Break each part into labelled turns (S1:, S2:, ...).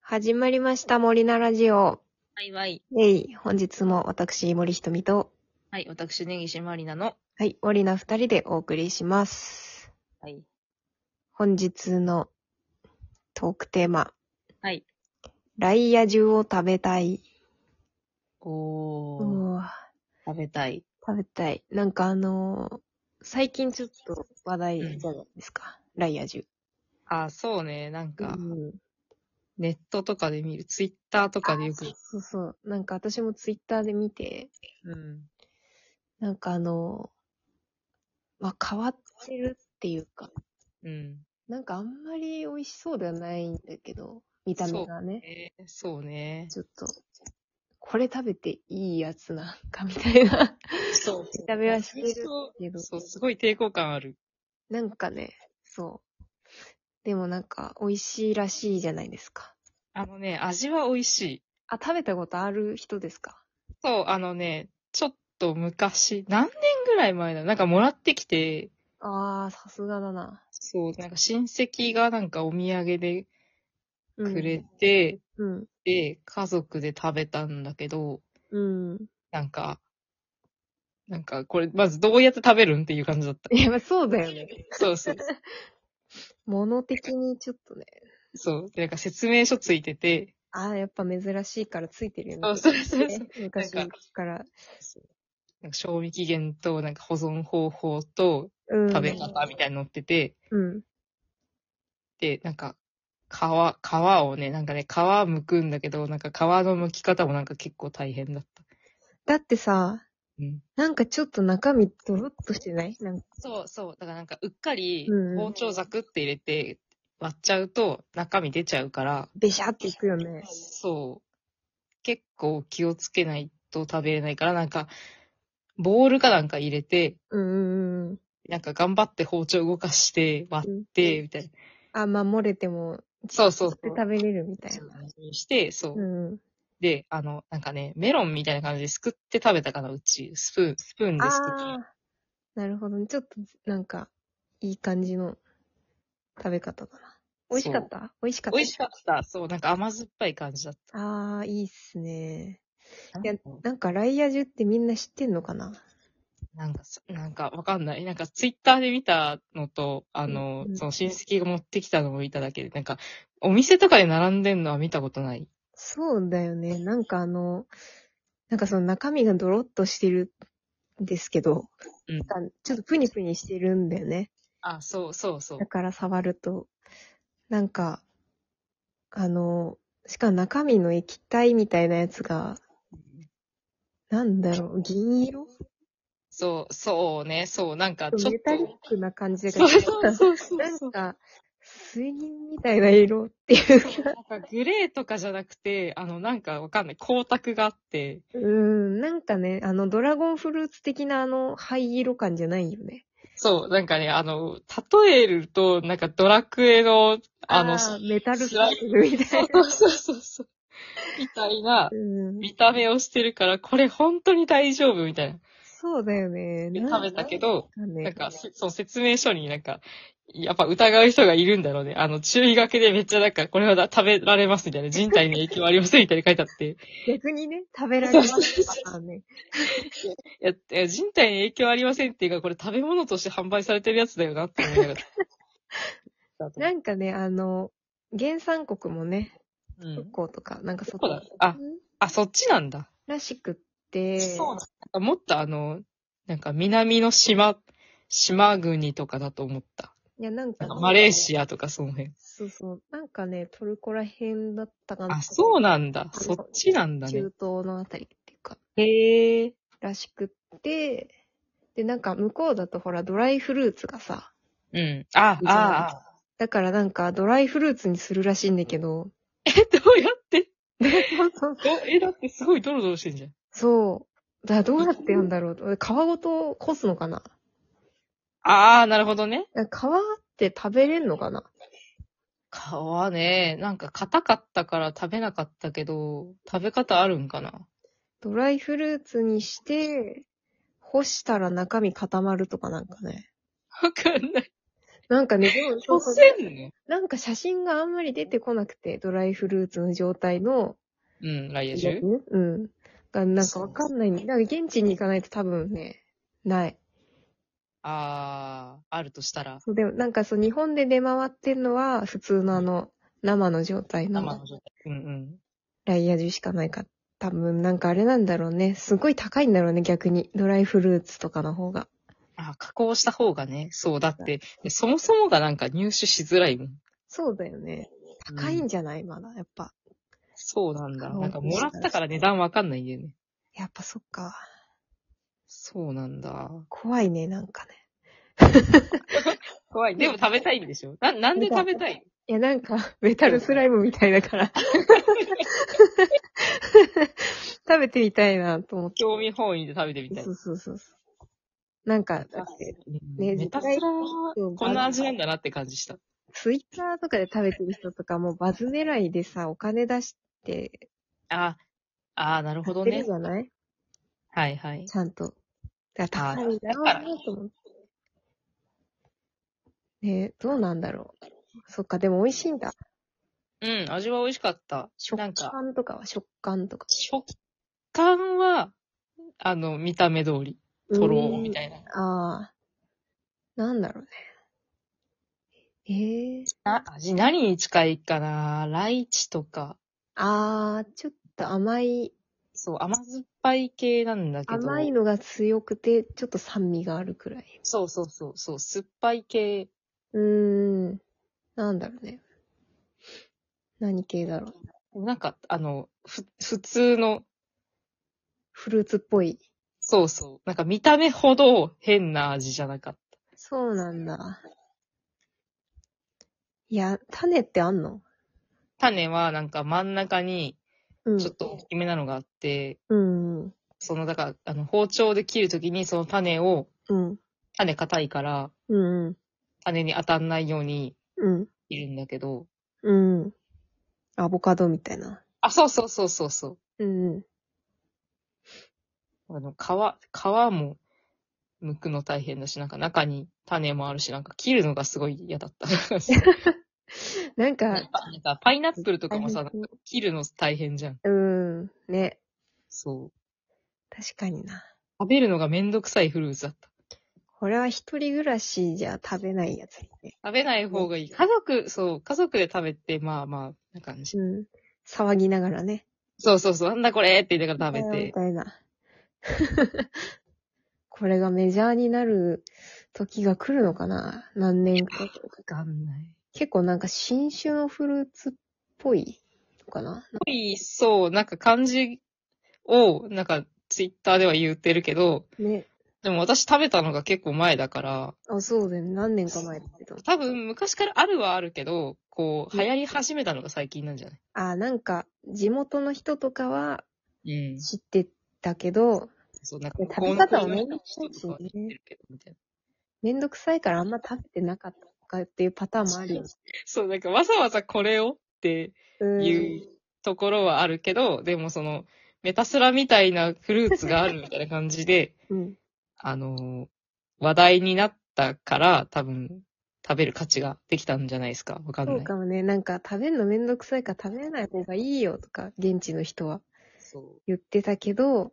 S1: 始まりました、森菜ラジオ。
S2: はいはい。
S1: えい、本日も私、森ひとみと、
S2: はい、私、根岸まりなの。
S1: はい、森菜二人でお送りします。
S2: はい。
S1: 本日のトークテーマ、
S2: はい。
S1: ライア中を食べたい。
S2: おー、
S1: うわ
S2: 食べたい。
S1: 食べたい。なんかあのー最近ちょっと話題じゃないですか。ライア中。
S2: あ、そうね。なん
S1: う
S2: か、
S1: ん
S2: ネットとかで見る、ツイッターとかでよく。
S1: そうそう。なんか私もツイッターで見て、
S2: うん。
S1: なんかあのーまあ、変わってるっていうか、
S2: うん。
S1: なんかあんまり美味しそうではないんだけど、見た目がね。
S2: えー、そうね。
S1: ちょっと、これ食べていいやつなんかみたい な
S2: そう。
S1: 見た目はしてるけど、
S2: そう、すごい抵抗感ある。
S1: なんかね、そう。でもなんか美味しいらしいじゃないですか。
S2: あのね、味は美味しい。
S1: あ、食べたことある人ですか
S2: そう、あのね、ちょっと昔、何年ぐらい前だなんかもらってきて、
S1: あー、さすがだな。
S2: そう、なんか親戚がなんかお土産で
S1: うん
S2: くれて、
S1: うん。
S2: で、家族で食べたんだけど、
S1: うん。
S2: なんか、なんか、これ、まずどうやって食べるんっていう感じだった。
S1: いや、まあそうだよね。
S2: そうそう。
S1: 物的にちょっとね。
S2: そう。で、なんか説明書ついてて、
S1: あー、やっぱ珍しいからついてるよね。
S2: そうそうそうそう
S1: ね昔
S2: なんか
S1: から。
S2: なんか賞味期限と、なんか保存方法と、
S1: うん。
S2: 食べ方みたいに載ってて、
S1: うん。
S2: で、なんか、皮、皮をね、なんかね、皮剥くんだけど、なんか皮の剥き方もなんか結構大変だった。
S1: だってさ、
S2: うん。
S1: なんかちょっと中身ドロッとしてないなんか
S2: そうそう。だからなんか、うっかり
S1: うん
S2: 包丁ザクって入れて、割っちゃうと、中身出ちゃうから、
S1: べしゃっていくよね。
S2: そう。結構気をつけないと食べれないから、なんか、ボールかなんか入れて、
S1: うんうんうん。
S2: なんか頑張って包丁動かして、割って、みたいな。
S1: あ、まあ、漏れても、
S2: そうそうそう。
S1: 食べれるみたい
S2: そう
S1: な。
S2: して、そう、
S1: うん。
S2: で、あの、なんかね、メロンみたいな感じですくって食べたかな、うち。スプーン、スプーンですくって
S1: ああ、なるほどね。ちょっと、なんか、いい感じの食べ方だな。美味しかった美味しかった。
S2: 美味しかった。そう、なんか甘酸っぱい感じだっ
S1: ああ、いいっすね。
S2: た。
S1: いやなんか、ライアジュってみんな知ってんのかな
S2: なんかさ、なんかわかんない。なんかツイッターで見たのと、あの
S1: うんう、ん
S2: その親戚が持ってきたのを見ただけで、なんか、お店とかで並んでんのは見たことない。
S1: そうだよね。なんかあの、なんかその中身がドロッとしてるんですけど、
S2: うん
S1: なんかちょっとプニプニしてるんだよね。
S2: あ、そうそうそう
S1: だ。から触ると。なんか、あの、しかも中身の液体みたいなやつが、なんだろう、銀色
S2: そう、そうね、そう、なんかちょっ
S1: メタリッ
S2: と。
S1: クな感じが
S2: そうそうそうそう。
S1: な
S2: そ
S1: ん
S2: う
S1: か、水銀みたいな色っていう。
S2: なんかグレーとかじゃなくて、あの、なんかわかんない。光沢があって。
S1: うーん、なんかね、あの、ドラゴンフルーツ的なあの、灰色感じゃないよね。
S2: そう、なんかね、あの、例えると、なんかドラクエの、あの、
S1: ーメタル
S2: ス
S1: ス
S2: ラ
S1: ラ
S2: イ
S1: イルみたいな。
S2: そうそうそうそう。みたいな、
S1: うん、
S2: 見た目をしてるから、これ本当に大丈夫みたいな。
S1: そうだよね。
S2: で食べたけど、
S1: なん
S2: なん
S1: か
S2: か、せそう、説明書になんか、やっぱ疑う人がいるんだろうね。あの、注意書きでめっちゃなんか、これはだ食べられますみたいな、人体に影響ありませんみたいに書いてあって、
S1: ね、逆にね、食べられますからね。
S2: いや、いや人体に影響ありませんっていうか、これ食べ物として販売されてるやつだよなって思いながら。
S1: なんかね、あの、原産国もね、
S2: うん
S1: 復興とか、なんかそ
S2: そう
S1: こ
S2: だああ、そっちなんだ。
S1: らしくって、
S2: なんだ。もっとあの、なんか南の島、島国とかだと思った。
S1: いや、なんか
S2: なん
S1: ね、
S2: かマレーシアとかその辺。
S1: そうそう、なんかね、トルコら辺だったかな。
S2: あ、そう
S1: な
S2: なんだ。そっちなんだ
S1: 中
S2: ね
S1: 東。のあたりっていうか、
S2: へえ。
S1: らしくって、で、なんか向こうだとほら、ドライフルーツがさ、
S2: うん。あ、あ、あ。
S1: だからなんかドライフルーツにするらしいんだけ ど、
S2: え、どうやって
S1: そうそう
S2: どえ、だってすごいドロドロしてんじゃん。
S1: そう。だからどうやって言うんだろう。皮ごとこすのかな
S2: ああ、なるほどね。
S1: だから皮って食べれんのかな
S2: 皮ね、なんか硬かったから食べなかったけど、食べ方あるんかな
S1: ドライフルーツにして、干したら中身固まるとかなんかね。
S2: わかんない。
S1: なんかね、でも、そうそう
S2: せんの
S1: なんか写真があんまり出てこなくて、ドライフルーツの状態の
S2: うん、ライ
S1: や
S2: ア
S1: つ、
S2: 中
S1: うん。が、なんかわかんないんで、だから現地に行かないと多分ね、ない。
S2: あー、あるとしたら、
S1: そうでも、なんかそう、日本で出回ってんのは、普通のあの、生の状態
S2: 生
S1: の
S2: の状態。うんうん。
S1: ライアジュしかないから、多分なんかあれなんだろうね。すごい高いんだろうね、逆に。ドライフルーツとかの方が。
S2: あー加工した方がね、そう、だって、でそもそもがなんか入手しづらいもん。
S1: そうだよね。高いんじゃない、まだ。やっぱ。
S2: そうなんだ。
S1: 加工
S2: なんかもらったから値段わかんないんだよね。
S1: やっぱそっか。
S2: そうなんだ。
S1: 怖いね、なんかね。
S2: 怖い。でも食べたいんでしょな、なんで食べたい
S1: いや、なんか、 メタルスライムみたいだから。 食べてみたいなと思っ
S2: 興味本位で食べてみ
S1: て。
S2: たい
S1: そ。うそうそうそう。なんか、だって、ね
S2: メタスラ
S1: そう
S2: こんな味なんだなって感じした。
S1: ツイッターとかで食べてる人とかもバズ狙いでさ、お金出して、
S2: あー、あー、なるほど
S1: 出る
S2: ね
S1: じ。ゃない、
S2: はいはい。
S1: ちゃんと。だから高いんだろうなと思って。ねえどうなんだろう。そっか、でも美味しいんだ。
S2: うん、味は美味しかった。
S1: 食
S2: なんか、
S1: 感とかは食感とか。
S2: 食感は、あの、見た目通り。とろーみたいな。
S1: ああ。なんだろうね。ええ
S2: な味何に近いかなライチとか。
S1: ああ、ちょっと甘い、
S2: そう、甘酸っぱい系なんだけど。
S1: 甘いのが強くて、ちょっと酸味があるくらい。
S2: そうそうそう、そう、酸っぱい系。
S1: うーん。なんだろうね。何系だろう。
S2: なんか、あの、ふ、普通の、
S1: フルーツっぽい。
S2: そうそう。なんか見た目ほど変な味じゃなかっ
S1: そうなんだ。いや、種ってあんの
S2: た。種はなんか真ん中に、
S1: うん。
S2: ちょっと大きめなのがあって、
S1: うん。うん。
S2: その、だから、あの、包丁で切るときにその種を、
S1: うん。
S2: 種硬いから、
S1: うん。
S2: 種に当たんないように
S1: うん。
S2: いるんだけど、
S1: うん。アボカドみたいな。
S2: あ、そうそうそうそうそ
S1: うんうん。
S2: う。あの、皮、皮も剥くの大変だし、なんか中に種もあるし、なんか切るのがすごい嫌だった。
S1: なんか、
S2: なんかなんかパイナップルとかもさ、切るの大変じゃん。
S1: うん。ね。
S2: そう。
S1: 確かにな。
S2: 食べるのがめんどくさいフルーツだった。
S1: これは一人暮らしじゃ食べないやつね。
S2: 食べない方がいい。家族、そう、家族で食べて、まあまあ、な感じ。
S1: うん。騒ぎながらね。
S2: そうそうそう、なんだこれって言いながら食べ
S1: み
S2: て。
S1: たいな。 これがメジャーになる時が来るのかな何年か。
S2: わかんない。
S1: 結構なんか新種のフルーツっぽいのかな
S2: すごい、そう、なんか漢字を、なんかツイッターでは言ってるけど、
S1: ね。
S2: でも私食べたのが結構前だから、
S1: あ、そうだよね。何年か前だけど。
S2: 多分昔からあるはあるけど、こう、流行り始めたのが最近なんじゃない
S1: あ、なんか地元の人とかは
S2: うん。
S1: 知ってたけど、
S2: そう、なんか、
S1: 食べ方は
S2: め
S1: め
S2: ん
S1: んど
S2: ど
S1: く
S2: くさ
S1: さ
S2: い
S1: い
S2: と
S1: し
S2: か
S1: ね
S2: 言ってるけど、みたいな。
S1: めんどくさいからあんま食べてなかったとかっていうパターンもあるよね。
S2: そう、なんかわざわざこれをって
S1: うん
S2: いうところはあるけど、でもその、メタスラみたいなフルーツがあるみたいな感じで、
S1: うん。
S2: あのー話題になったから、多分、食べる価値ができたんじゃないですかわかん
S1: そ
S2: な
S1: う
S2: い。
S1: かもね。なんか食べるのめんどくさいから食べない方がいいよとか、現地の人は
S2: そう
S1: 言ってたけど、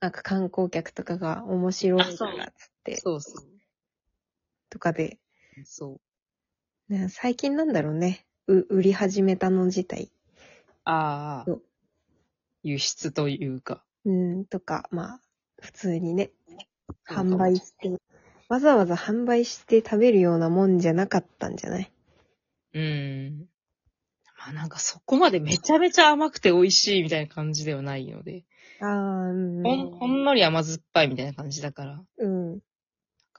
S1: なんか観光客とかが面白いからっつって、
S2: そうそう。
S1: とかで、
S2: そう。
S1: ね、最近なんだろうね。う売り始めたの自体。
S2: ああ
S1: そう、
S2: 輸出というか。
S1: うん、とか、まあ、普通にね、販売して、わざわざ販売して食べるようなもんじゃなかったんじゃない
S2: うん。まあなんかそこまでめちゃめちゃ甘くて美味しいみたいな感じではないので、
S1: ああ、うん。
S2: ほん、ほんのり甘酸っぱいみたいな感じだから、
S1: うん。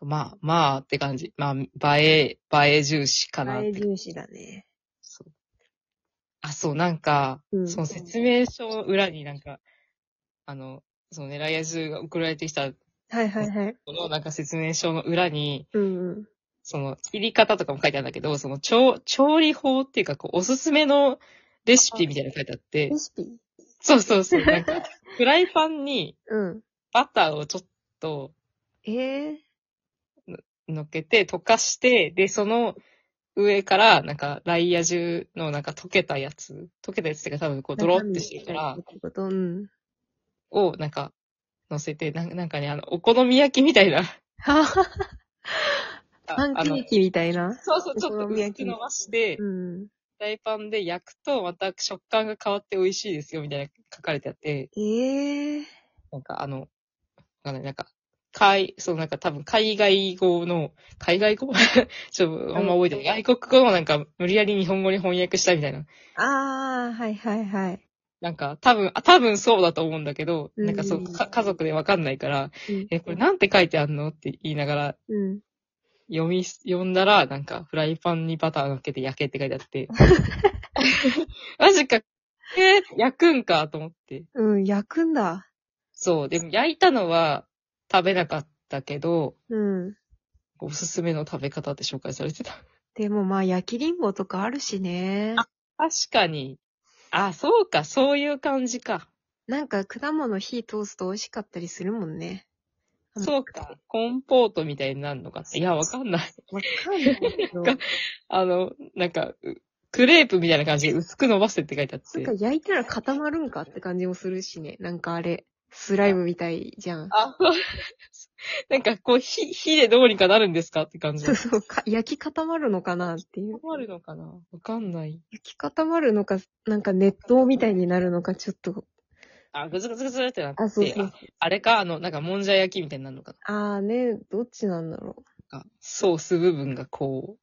S2: まあ、まあって感じ。まあ、映え、映え重視かなっ
S1: 前
S2: て。
S1: 重視だね。
S2: そうあ、そう、なんか、
S1: うん
S2: その説明書の裏になんか、あの、そのね、ライアズが送られてきた
S1: はいはいはい。
S2: このなんか説明書の裏に、
S1: うんうん。
S2: その、切り方とかも書いてあるんだけど、その、調、調理法っていうか、こう、おすすめのレシピみたいなの書いてあって
S1: レ、シピ
S2: そうそうそう、なんか、 フライパンに
S1: うん。
S2: バターをちょっと、
S1: ええ
S2: 乗っけて、溶かして、で、その上から、なんか、ライア中の、なんか、溶けたやつ、溶けたやつっていうか多分、こう、ドロってしてるか
S1: 中
S2: ら
S1: 身、ってことうん。
S2: を、なんか、乗せて、なんなんかね、あの、お好み焼きみたいな、
S1: はは
S2: あ
S1: パンケ
S2: あの
S1: ーキみたいな。
S2: そうそう、ちょっ
S1: お好
S2: と
S1: み
S2: 薄
S1: 焼き
S2: く伸ばして、
S1: うん。
S2: フライパンで焼くと、また食感が変わって美味しいですよ、みたいな書かれてあって、
S1: ええー。
S2: なんかあの、わかんない、なんか、海、そうなんか多分海外語の、海外語 ちょっとあんま覚えてない。外国語をなんか無理やり日本語に翻訳したみたいな。
S1: ああ、はいはいはい。
S2: なんか多分、あ、多分そうだと思うんだけど、なんかそうう、
S1: ん
S2: か家族でわかんないから、
S1: うん
S2: え、これなんて書いてあんのって言いながら
S1: うん。
S2: 読み、読んだら、なんかフライパンにバター乗っけて焼けって書いてあ って。マジか、えー焼くんかと思って。
S1: うん、焼くんだ。
S2: そう、でも焼いたのは食べなかったけど、
S1: うん。
S2: おすすめの食べ方って紹介されてた。
S1: でもまあ、焼きりんごとかあるしね。
S2: 確かに。あ、そうか、そういう感じか。
S1: なんか果物火通すと美味しかったりするもんね。
S2: そうか、コンポートみたいになるのか。いや、わかんない。
S1: わかんないけど。なんか
S2: あの、なんか、うクレープみたいな感じで薄く伸ばせって書いてあって。
S1: 焼いたら固まるんかって感じもするしね。なんかあれ、スライムみたいじゃん。
S2: あ、そう なんかこう、火、火でどうにかなるんですかって感じ
S1: そう。そうか、焼き固まるのかなっていう。
S2: 困るのかなわかんない。
S1: 焼き固まるのか、なんか熱湯みたいになるのか、ちょっと。
S2: あ、ぐずぐずぐずってなって。
S1: あ、そうそう
S2: あ。あれか、あの、なんか、もんじゃ焼きみたいになるのか
S1: あーね、どっちなんだろ
S2: ななんかソース部分がこう、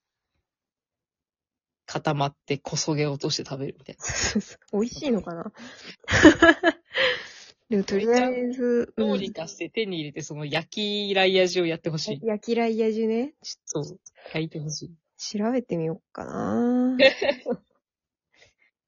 S2: 固まってこそげ落として食べるみたいな。
S1: うそう そう。美味しいのか なでもとりあえず、
S2: ど
S1: う
S2: うんにかして手に入れて、その焼きライアジをやってほしい。
S1: 焼きライヤジね、
S2: そう。焼いてほしい。
S1: 調べてみようかな。